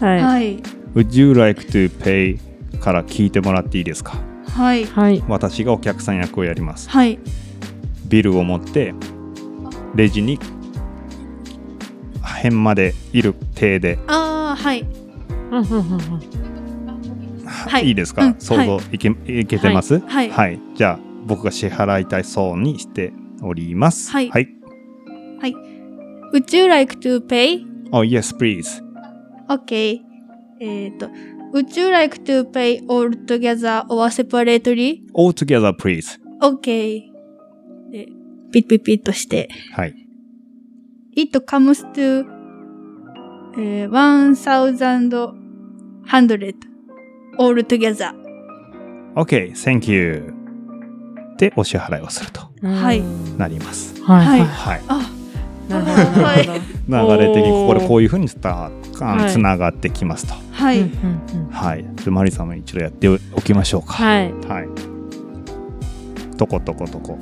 Speaker 4: はい
Speaker 2: はい
Speaker 3: ?Would you like to pay から聞いてもらっていいですか
Speaker 2: はい
Speaker 4: はい
Speaker 3: 私がお客さん役をやります。
Speaker 2: はい
Speaker 3: ビルを持ってレジに辺までいる体で、
Speaker 2: ああはい
Speaker 4: うんうんうんうん
Speaker 2: はい
Speaker 3: い、いですか、
Speaker 2: うん
Speaker 3: 想像いけ,、い、けてます
Speaker 2: はいはい
Speaker 3: じゃあ僕が支払いたいそうにしております
Speaker 2: はい
Speaker 3: はい、
Speaker 2: Would you like to pay?
Speaker 3: Oh yes please
Speaker 2: Okay えっと Would you like to pay all together or separately?
Speaker 3: all together please
Speaker 2: Okay でピッピッピッとして
Speaker 3: はい、
Speaker 2: It comes to、えー、1100 all together
Speaker 3: OK thank you でお支払いをすると
Speaker 2: はい
Speaker 4: うん
Speaker 3: なります
Speaker 4: は
Speaker 2: はい
Speaker 4: い
Speaker 3: はい
Speaker 2: あ
Speaker 4: なるほどなるほど
Speaker 3: 流れ的にここでこういうふうにつ
Speaker 4: はい
Speaker 3: ながってきますと
Speaker 2: はい、
Speaker 4: うんうんうん
Speaker 3: はいでマリさんも一度やっておきましょうか
Speaker 4: はい
Speaker 3: はい。とことことこ。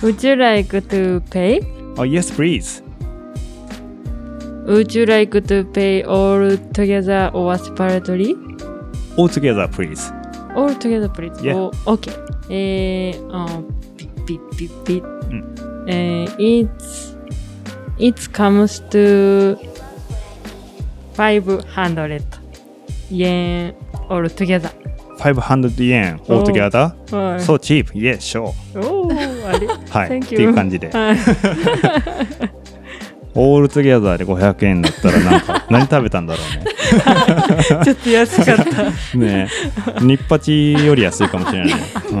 Speaker 4: Would you like to pay?
Speaker 3: Oh, yes, please.
Speaker 4: Would you like to pay all together or separately?
Speaker 3: All together, please.
Speaker 4: All together, please.
Speaker 3: Yeah.
Speaker 4: Oh, okay. Eh, oh, bit, bit, bit, bit.
Speaker 3: うん。
Speaker 4: Eh, it's, it comes to 500 yen all together.
Speaker 3: 500 yen all together.
Speaker 4: はい
Speaker 3: So cheap. Yeah, sure.
Speaker 4: お
Speaker 3: [LAUGHS]
Speaker 4: ーあれ
Speaker 3: はい
Speaker 4: Thank you
Speaker 3: っていう感じで
Speaker 4: はい
Speaker 3: オールトゥギャザーで500円だったらなんか何食べたんだろう
Speaker 4: ちょっと安か
Speaker 3: [LAUGHS]
Speaker 4: った。
Speaker 3: ね。ねえニッパチより安いかもしれないね。うん、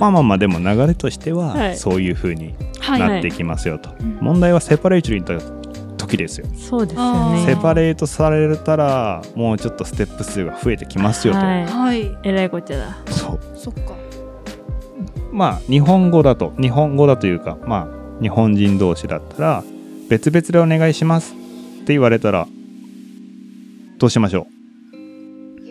Speaker 3: まあまあまあでも流れとして
Speaker 4: は
Speaker 3: はいそういう風に
Speaker 2: はい、
Speaker 4: い
Speaker 3: なっていきますよと。
Speaker 2: ん
Speaker 3: 問題はセパレートリーの時ですよ。
Speaker 4: そうですよ
Speaker 2: あ
Speaker 4: ね。
Speaker 2: ー
Speaker 3: セパレートされたらもうちょっとステップ数が増えてきますよと。
Speaker 4: は
Speaker 2: はい
Speaker 4: い。えらいこっちゃだ。
Speaker 3: そう
Speaker 2: そっか
Speaker 3: まあ日本語だと日本語だというかまあ日本人同士だったら別々でお願いしますって言われたらどうしましょ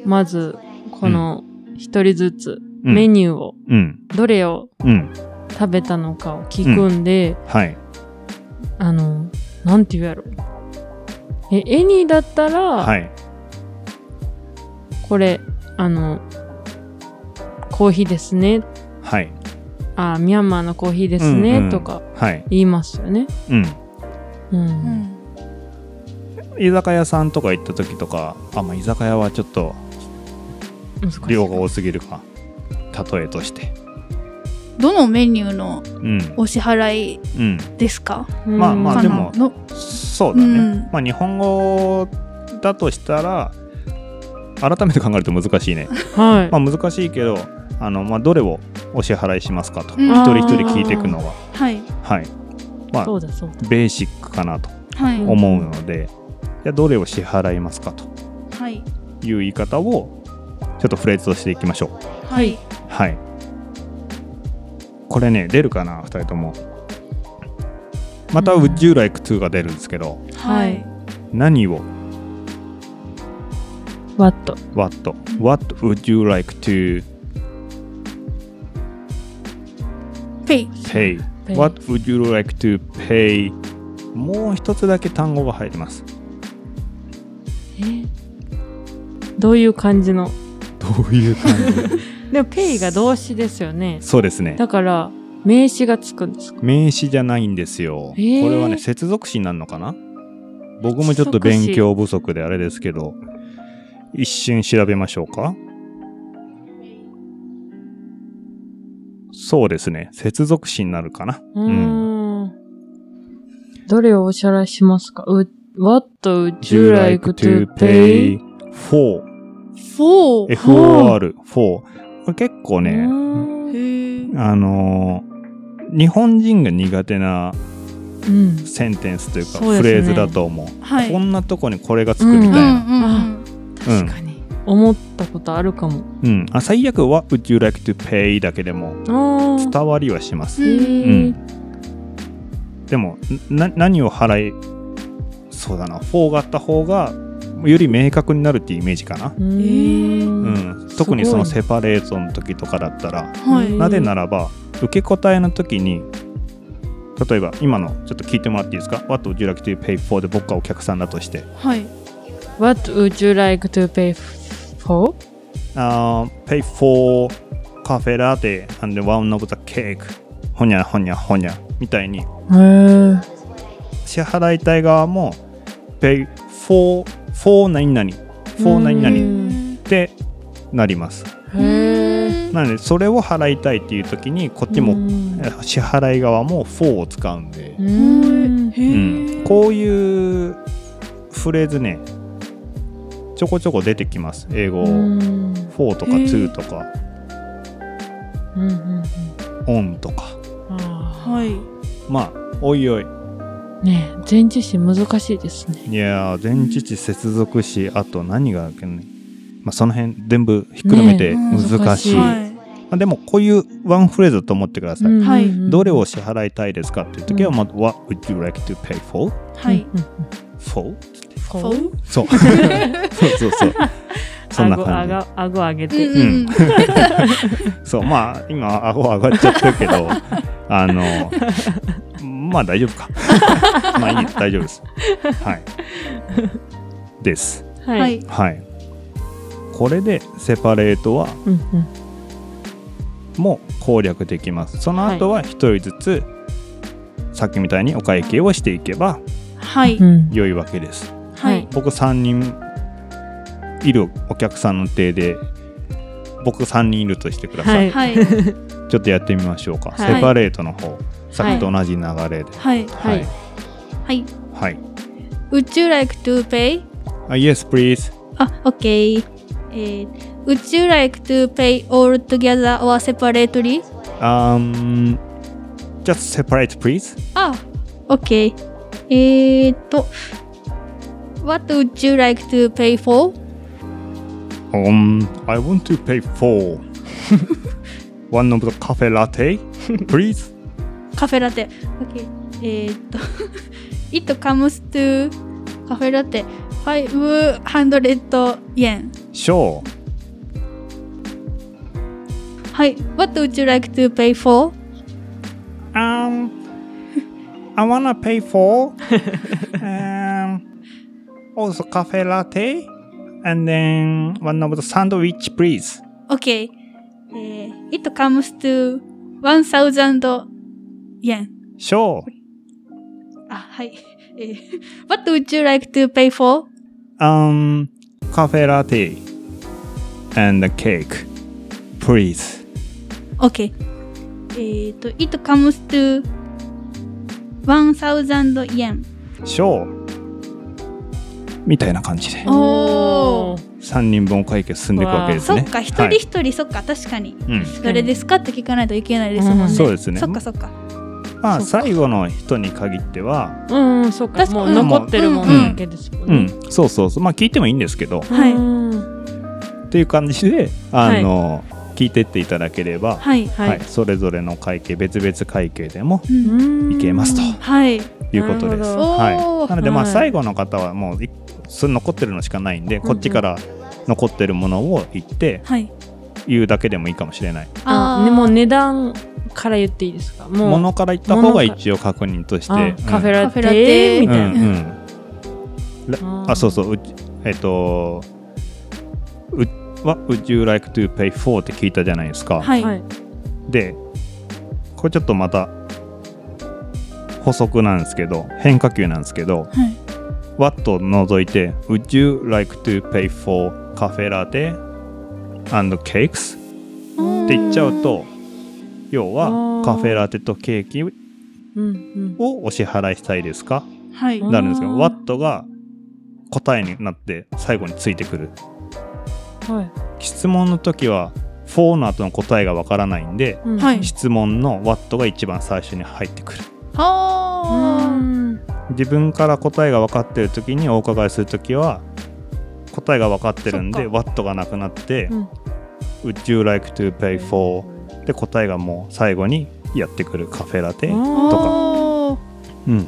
Speaker 4: まず、この一人ずつ
Speaker 3: う、うん、
Speaker 4: メニューを、
Speaker 3: うん
Speaker 4: どれを
Speaker 3: うん
Speaker 4: 食べたのかを聞くんで、
Speaker 3: はい
Speaker 4: あの、なんて言うやろ。え、エニーだったら、
Speaker 3: はい
Speaker 4: これ、あの、コーヒーですね。
Speaker 3: はい
Speaker 4: あ、ミャンマーのコーヒーですね。
Speaker 3: うんうん
Speaker 4: とか
Speaker 3: はい
Speaker 4: 言いますよね。
Speaker 3: うん
Speaker 4: う
Speaker 2: う
Speaker 4: ん。
Speaker 2: ん
Speaker 3: 居酒屋さんとか行った時とかあまあ居酒屋はちょっと
Speaker 4: 難しい。
Speaker 3: 量が多すぎるか例えとして
Speaker 2: どのメニューの
Speaker 3: うん
Speaker 2: お支払い
Speaker 3: うん
Speaker 2: ですか
Speaker 4: うん
Speaker 3: まあまあ
Speaker 2: かな
Speaker 3: でも
Speaker 2: の
Speaker 3: そうだね、
Speaker 2: うん
Speaker 3: まあ日本語だとしたら改めて考えると難しいね
Speaker 4: [LAUGHS] はい。
Speaker 3: まあ、難しいけどあの、まあ、どれをお支払いしますかと、
Speaker 2: うん
Speaker 3: 一人一人聞いていくのは、
Speaker 2: はい
Speaker 3: はいまあ
Speaker 4: そうだそうだ。
Speaker 3: ベーシックかなと
Speaker 2: はい
Speaker 4: お
Speaker 3: 思うので、じゃあどれを支払いますかと
Speaker 2: はい
Speaker 3: いう言い方をちょっとフレーズとしていきましょう
Speaker 2: はい
Speaker 3: はいこれね出るかな2人ともまた「
Speaker 4: うん
Speaker 3: Would you like to」が出るんですけど
Speaker 2: はい
Speaker 3: 何を
Speaker 4: ワット。
Speaker 3: What
Speaker 2: うん
Speaker 3: What would you like to
Speaker 2: ペイ
Speaker 3: pay? What would you like to pay? もう一つだけ単語が入ります
Speaker 4: えどういう感じの
Speaker 3: どういう感じ
Speaker 4: でもペイが動詞ですよね
Speaker 3: [LAUGHS] そうですね
Speaker 4: だから名詞がつくんですか
Speaker 3: 名詞じゃないんですよ、
Speaker 4: へー
Speaker 3: これはね接続詞になるのかな僕もちょっと勉強不足であれですけど一瞬調べましょうかそうですね接続詞になるかな
Speaker 4: うーんどれをお支払いしますかう What would you like to pay?
Speaker 3: for
Speaker 2: フォー
Speaker 3: FOR for これ結構
Speaker 4: う
Speaker 3: ね
Speaker 4: ーん
Speaker 2: へえ
Speaker 3: あのー日本人が苦手な
Speaker 4: うん
Speaker 3: センテンスというか
Speaker 4: そうで
Speaker 3: フ
Speaker 4: すね
Speaker 3: レーズだと思う
Speaker 2: はい
Speaker 3: こんなとこにこれがつくみたい
Speaker 2: うんう
Speaker 3: な。
Speaker 2: んう
Speaker 4: あ
Speaker 2: ん
Speaker 4: 確かに思ったことあるかも
Speaker 3: うんあ最悪は Would you like to pay だけでも
Speaker 4: あー
Speaker 3: 伝わりはします。
Speaker 4: へー
Speaker 3: でもな何を払いそうだな4があった方がより明確になるっていうイメージかな。
Speaker 4: うー
Speaker 3: うんん、特にその
Speaker 4: すご
Speaker 3: セパレートの時とかだったら、
Speaker 2: は
Speaker 4: うん
Speaker 2: い
Speaker 3: なぜならば受け答えの時に例えば今のちょっと聞いてもらっていいですか ?What would you like to pay for? で僕がお客さんだとして
Speaker 2: はい
Speaker 4: What would you like to pay for?
Speaker 3: あー pay for カフェラテ and one of the cake ほにゃほにゃほにゃみたいに
Speaker 4: へー
Speaker 3: 支払いたい側も pay for for 何々 for 何
Speaker 4: う
Speaker 3: 々
Speaker 4: ん
Speaker 3: ってなります
Speaker 4: へー
Speaker 3: なのでそれを払いたいっていう時にこっち
Speaker 4: う
Speaker 3: も
Speaker 4: ん
Speaker 3: え支払い側も for を使うんで
Speaker 4: う
Speaker 2: うんへ
Speaker 4: ん
Speaker 3: う
Speaker 2: え
Speaker 3: んこういうフレーズねちょこちょこ出てきます英語
Speaker 4: うん
Speaker 3: for とか
Speaker 2: へー
Speaker 3: to とか
Speaker 4: うんうんうん
Speaker 3: on とか
Speaker 4: あ
Speaker 2: はい
Speaker 3: まあおいおい
Speaker 4: ーねえ前置詞難しいですね
Speaker 3: いやー前置詞接続詞あと何があるっけね、まあ、その辺全部ひっくるめて
Speaker 2: ねえ
Speaker 3: 難しい、
Speaker 4: うん
Speaker 3: ま
Speaker 2: は
Speaker 3: あ、でもこういうワンフレーズだと思ってください、
Speaker 4: うん
Speaker 2: はい
Speaker 4: うん
Speaker 3: どれを支払いたいですかっていう時は、まあ What would you like to pay for?
Speaker 2: いはい
Speaker 4: うんうん
Speaker 3: for?
Speaker 4: フ
Speaker 2: フォ
Speaker 3: そうそうそうそうそんな感
Speaker 4: あごあごあご上げ
Speaker 2: ー
Speaker 4: て
Speaker 2: うんうん
Speaker 3: じそうまあ今顎上がっちゃってるけどあのまあ大丈夫か。まあいいです大丈夫です。はい。です。
Speaker 4: はい、
Speaker 2: はい。
Speaker 3: はい。これでセパレートは
Speaker 4: うんうん
Speaker 3: もう攻略できます。その後は一人ずつ、さっきみたいにお会計をしていけば
Speaker 2: はい。
Speaker 4: うん
Speaker 3: 良いわけです。
Speaker 2: はい。
Speaker 3: 僕3人いるお客さんの手で僕3人いるとしてください、
Speaker 4: はい
Speaker 2: はい。
Speaker 3: ちょっとやってみましょうか、
Speaker 4: はい
Speaker 3: セパレートの方さっきと同じ流れで
Speaker 2: はい。
Speaker 4: はい
Speaker 2: はい。
Speaker 3: はい
Speaker 2: Would you like to pay?
Speaker 3: あ Yes please
Speaker 2: あ、OK。えー Would you like to pay all together or separately?
Speaker 3: um just separate please
Speaker 2: あ、OK。えーっと、What would you like to pay for?
Speaker 3: um I want to pay for [LAUGHS] one of the cafe latte please
Speaker 2: カフェラテ。OK。えーっと、It comes to カフェラテ500 yen.
Speaker 3: sure
Speaker 2: はい。What would you like to pay for?
Speaker 3: um I wanna pay for um also cafe latte and then one of the sandwich please
Speaker 2: OK。えー It comes to 1000 yen.
Speaker 3: sure
Speaker 2: あ、はい。えー What would you like to pay for?
Speaker 3: um cafe latte and a cake please
Speaker 2: OK。えっ、と、It comes to 1000 yen.
Speaker 3: sure みたいな感じで
Speaker 2: あおー
Speaker 3: 3人分を解決進んでいくわけです
Speaker 2: そ
Speaker 3: ね
Speaker 2: っか、一人
Speaker 3: はい
Speaker 2: 一人、そっか、確かに。
Speaker 3: うん
Speaker 2: どれですかって聞かないといけないですもんね。
Speaker 4: うん
Speaker 3: そうですね
Speaker 2: そっかそっか。
Speaker 3: まあ
Speaker 4: そっか
Speaker 3: 最後の人に限っては
Speaker 4: うんうんそうか
Speaker 2: 確か
Speaker 4: も
Speaker 2: う
Speaker 4: うん残ってるも
Speaker 2: うん
Speaker 4: のだけですもん
Speaker 3: う
Speaker 4: ね、
Speaker 3: んそうそうそうまあ聞いてもいいんですけど
Speaker 2: はい
Speaker 4: うん
Speaker 3: っていう感じであの、聞いてっていただければ、
Speaker 2: はい。
Speaker 4: は
Speaker 3: はい
Speaker 4: い、
Speaker 3: それぞれの会計別々会計でも
Speaker 2: うん
Speaker 4: うん
Speaker 3: いけますと
Speaker 2: はい。
Speaker 3: いうことです。
Speaker 4: なるほ
Speaker 2: ど
Speaker 3: は
Speaker 2: お
Speaker 3: い、
Speaker 2: ー
Speaker 3: なのでまあ
Speaker 4: はい
Speaker 3: 最後の方はもういその残ってるのしかないんで、
Speaker 4: うん
Speaker 3: こっちから残ってるものを言って
Speaker 2: はい。
Speaker 3: 言うだけでもいいかもしれない。
Speaker 4: あ
Speaker 2: ー
Speaker 4: でもう値段から言っていいですかもう
Speaker 3: ものから言った方が一応確認として。
Speaker 4: あ
Speaker 3: うん
Speaker 4: カフェラ
Speaker 2: カフェラテ
Speaker 4: テみたいな、
Speaker 3: うんうん
Speaker 4: あー
Speaker 3: あそうそううちえっ、と「う What would you like to pay for?」って聞いたじゃないですか。
Speaker 2: はい。
Speaker 4: は
Speaker 2: はいい。
Speaker 3: でこれちょっとまた補足なんですけど変化球なんですけど What を除いて Would you like to pay for cafe latte and cakes? って言っちゃうと要は
Speaker 4: あー
Speaker 3: カフェラテとケーキを
Speaker 4: うんうん
Speaker 3: お支払いしたいですか
Speaker 2: はい。
Speaker 4: うん
Speaker 3: なるんですけ
Speaker 4: あ
Speaker 3: ど
Speaker 4: ー
Speaker 3: What が答えになって最後についてくる
Speaker 4: はい
Speaker 3: 質問の時は For の後の答えがわからないんで
Speaker 4: うん
Speaker 2: はい
Speaker 3: 質問の What が一番最初に入ってくる
Speaker 2: あ
Speaker 4: うん
Speaker 3: 自分から答えが分かってる時にお伺いする時は答えが分かってるんで
Speaker 4: そっ
Speaker 3: What がなくなって
Speaker 4: うん
Speaker 3: Would you like to pay for? で答えがもう最後にやってくるカフェラテ、
Speaker 2: ー。
Speaker 3: とか
Speaker 2: おー
Speaker 3: うん、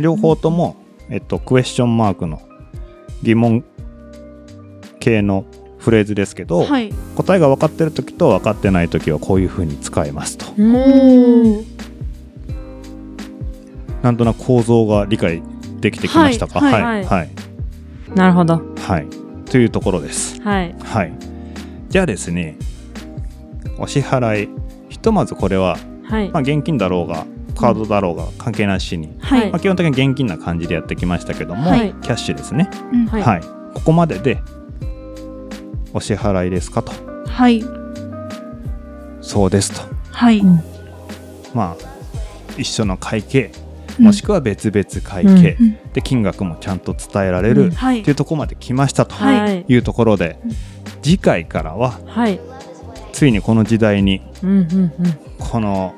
Speaker 3: 両方とも、えっと、クエスチョンマークの疑問系のフレーズですけど、
Speaker 2: はい。
Speaker 3: 答えが分かってる時と分かってない時はこういう風に使えますと
Speaker 4: うん
Speaker 2: お
Speaker 3: なんとなく構造が理解できてきましたか
Speaker 2: はい
Speaker 3: はい
Speaker 4: は
Speaker 3: はいい、はい
Speaker 4: なるほど
Speaker 3: というところです
Speaker 4: はい
Speaker 3: はい。じゃあですね、お支払い、ひとまずこれは、
Speaker 4: はい
Speaker 3: まあ、現金だろうが、カードだろうが、関係なしに、
Speaker 2: は
Speaker 4: はい
Speaker 2: い
Speaker 3: まあ、。基本的に現金な感じでやってきましたけども、
Speaker 4: はい
Speaker 3: キャッシュですね、
Speaker 2: うん
Speaker 4: は
Speaker 3: はいい。ここまでで、お支払いですかと、
Speaker 2: はい。
Speaker 3: そうですと、
Speaker 2: はい。
Speaker 3: まあ、一緒の会計、
Speaker 2: うん
Speaker 3: もしくは別々会計、
Speaker 2: うん
Speaker 3: で、金額もちゃんと伝えられる、
Speaker 4: うん
Speaker 3: っ
Speaker 2: はい
Speaker 3: てい。うところまで来ましたと
Speaker 4: はいはい
Speaker 3: いうところで、
Speaker 2: うん
Speaker 3: 次回からは、
Speaker 4: はい
Speaker 3: ついにこの時代に、
Speaker 4: うんうんうん
Speaker 3: この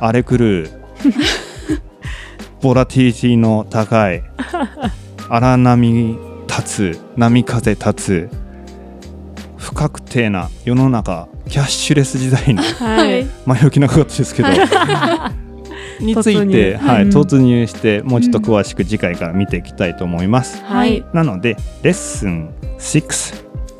Speaker 3: 荒れ狂う
Speaker 4: [LAUGHS]
Speaker 3: ボラティリティの高い荒波立つ波風立つ不確定な世の中キャッシュレス時
Speaker 4: [LAUGHS]
Speaker 3: 代に
Speaker 4: は
Speaker 2: はいい。
Speaker 3: 前置きなかったですけ
Speaker 4: [LAUGHS]
Speaker 3: ど、について
Speaker 4: 突入
Speaker 3: は
Speaker 4: う
Speaker 3: い、
Speaker 4: ん
Speaker 3: 突入してもうちょっと詳しく次回から見ていきたいと思います。
Speaker 4: はい
Speaker 3: なのでレッスン6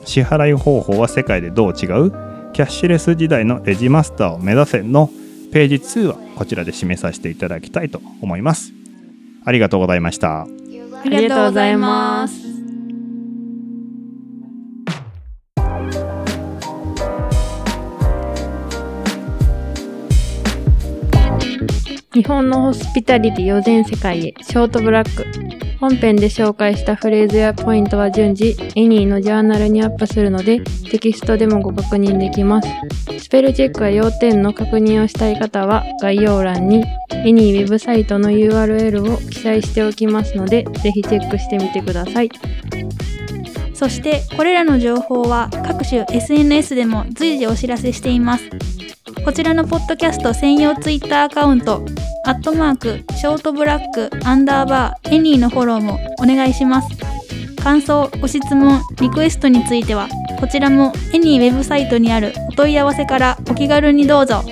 Speaker 3: 支払い方法は世界でどう違うキャッシュレス時代のレジマスターを目指せのページ2はこちらで締めさせていただきたいと思います。ありがとうございました。
Speaker 2: ありがとうございます。
Speaker 5: 日本のホスピタリティを全世界へショートブラック本編で紹介したフレーズやポイントは順次エニーのジャーナルにアップするのでテキストでもご確認できますスペルチェックや要点の確認をしたい方は概要欄にエニーウェブサイトの URL を記載しておきますのでぜひチェックしてみてください
Speaker 2: そしてこれらの情報は各種 SNS でも随時お知らせしていますこちらのポッドキャスト専用ツイッターアカウントアットマークショートブラックアンダーバーエニーのフォローもお願いします感想ご質問リクエストについてはこちらもエニーウェブサイトにあるお問い合わせからお気軽にどうぞ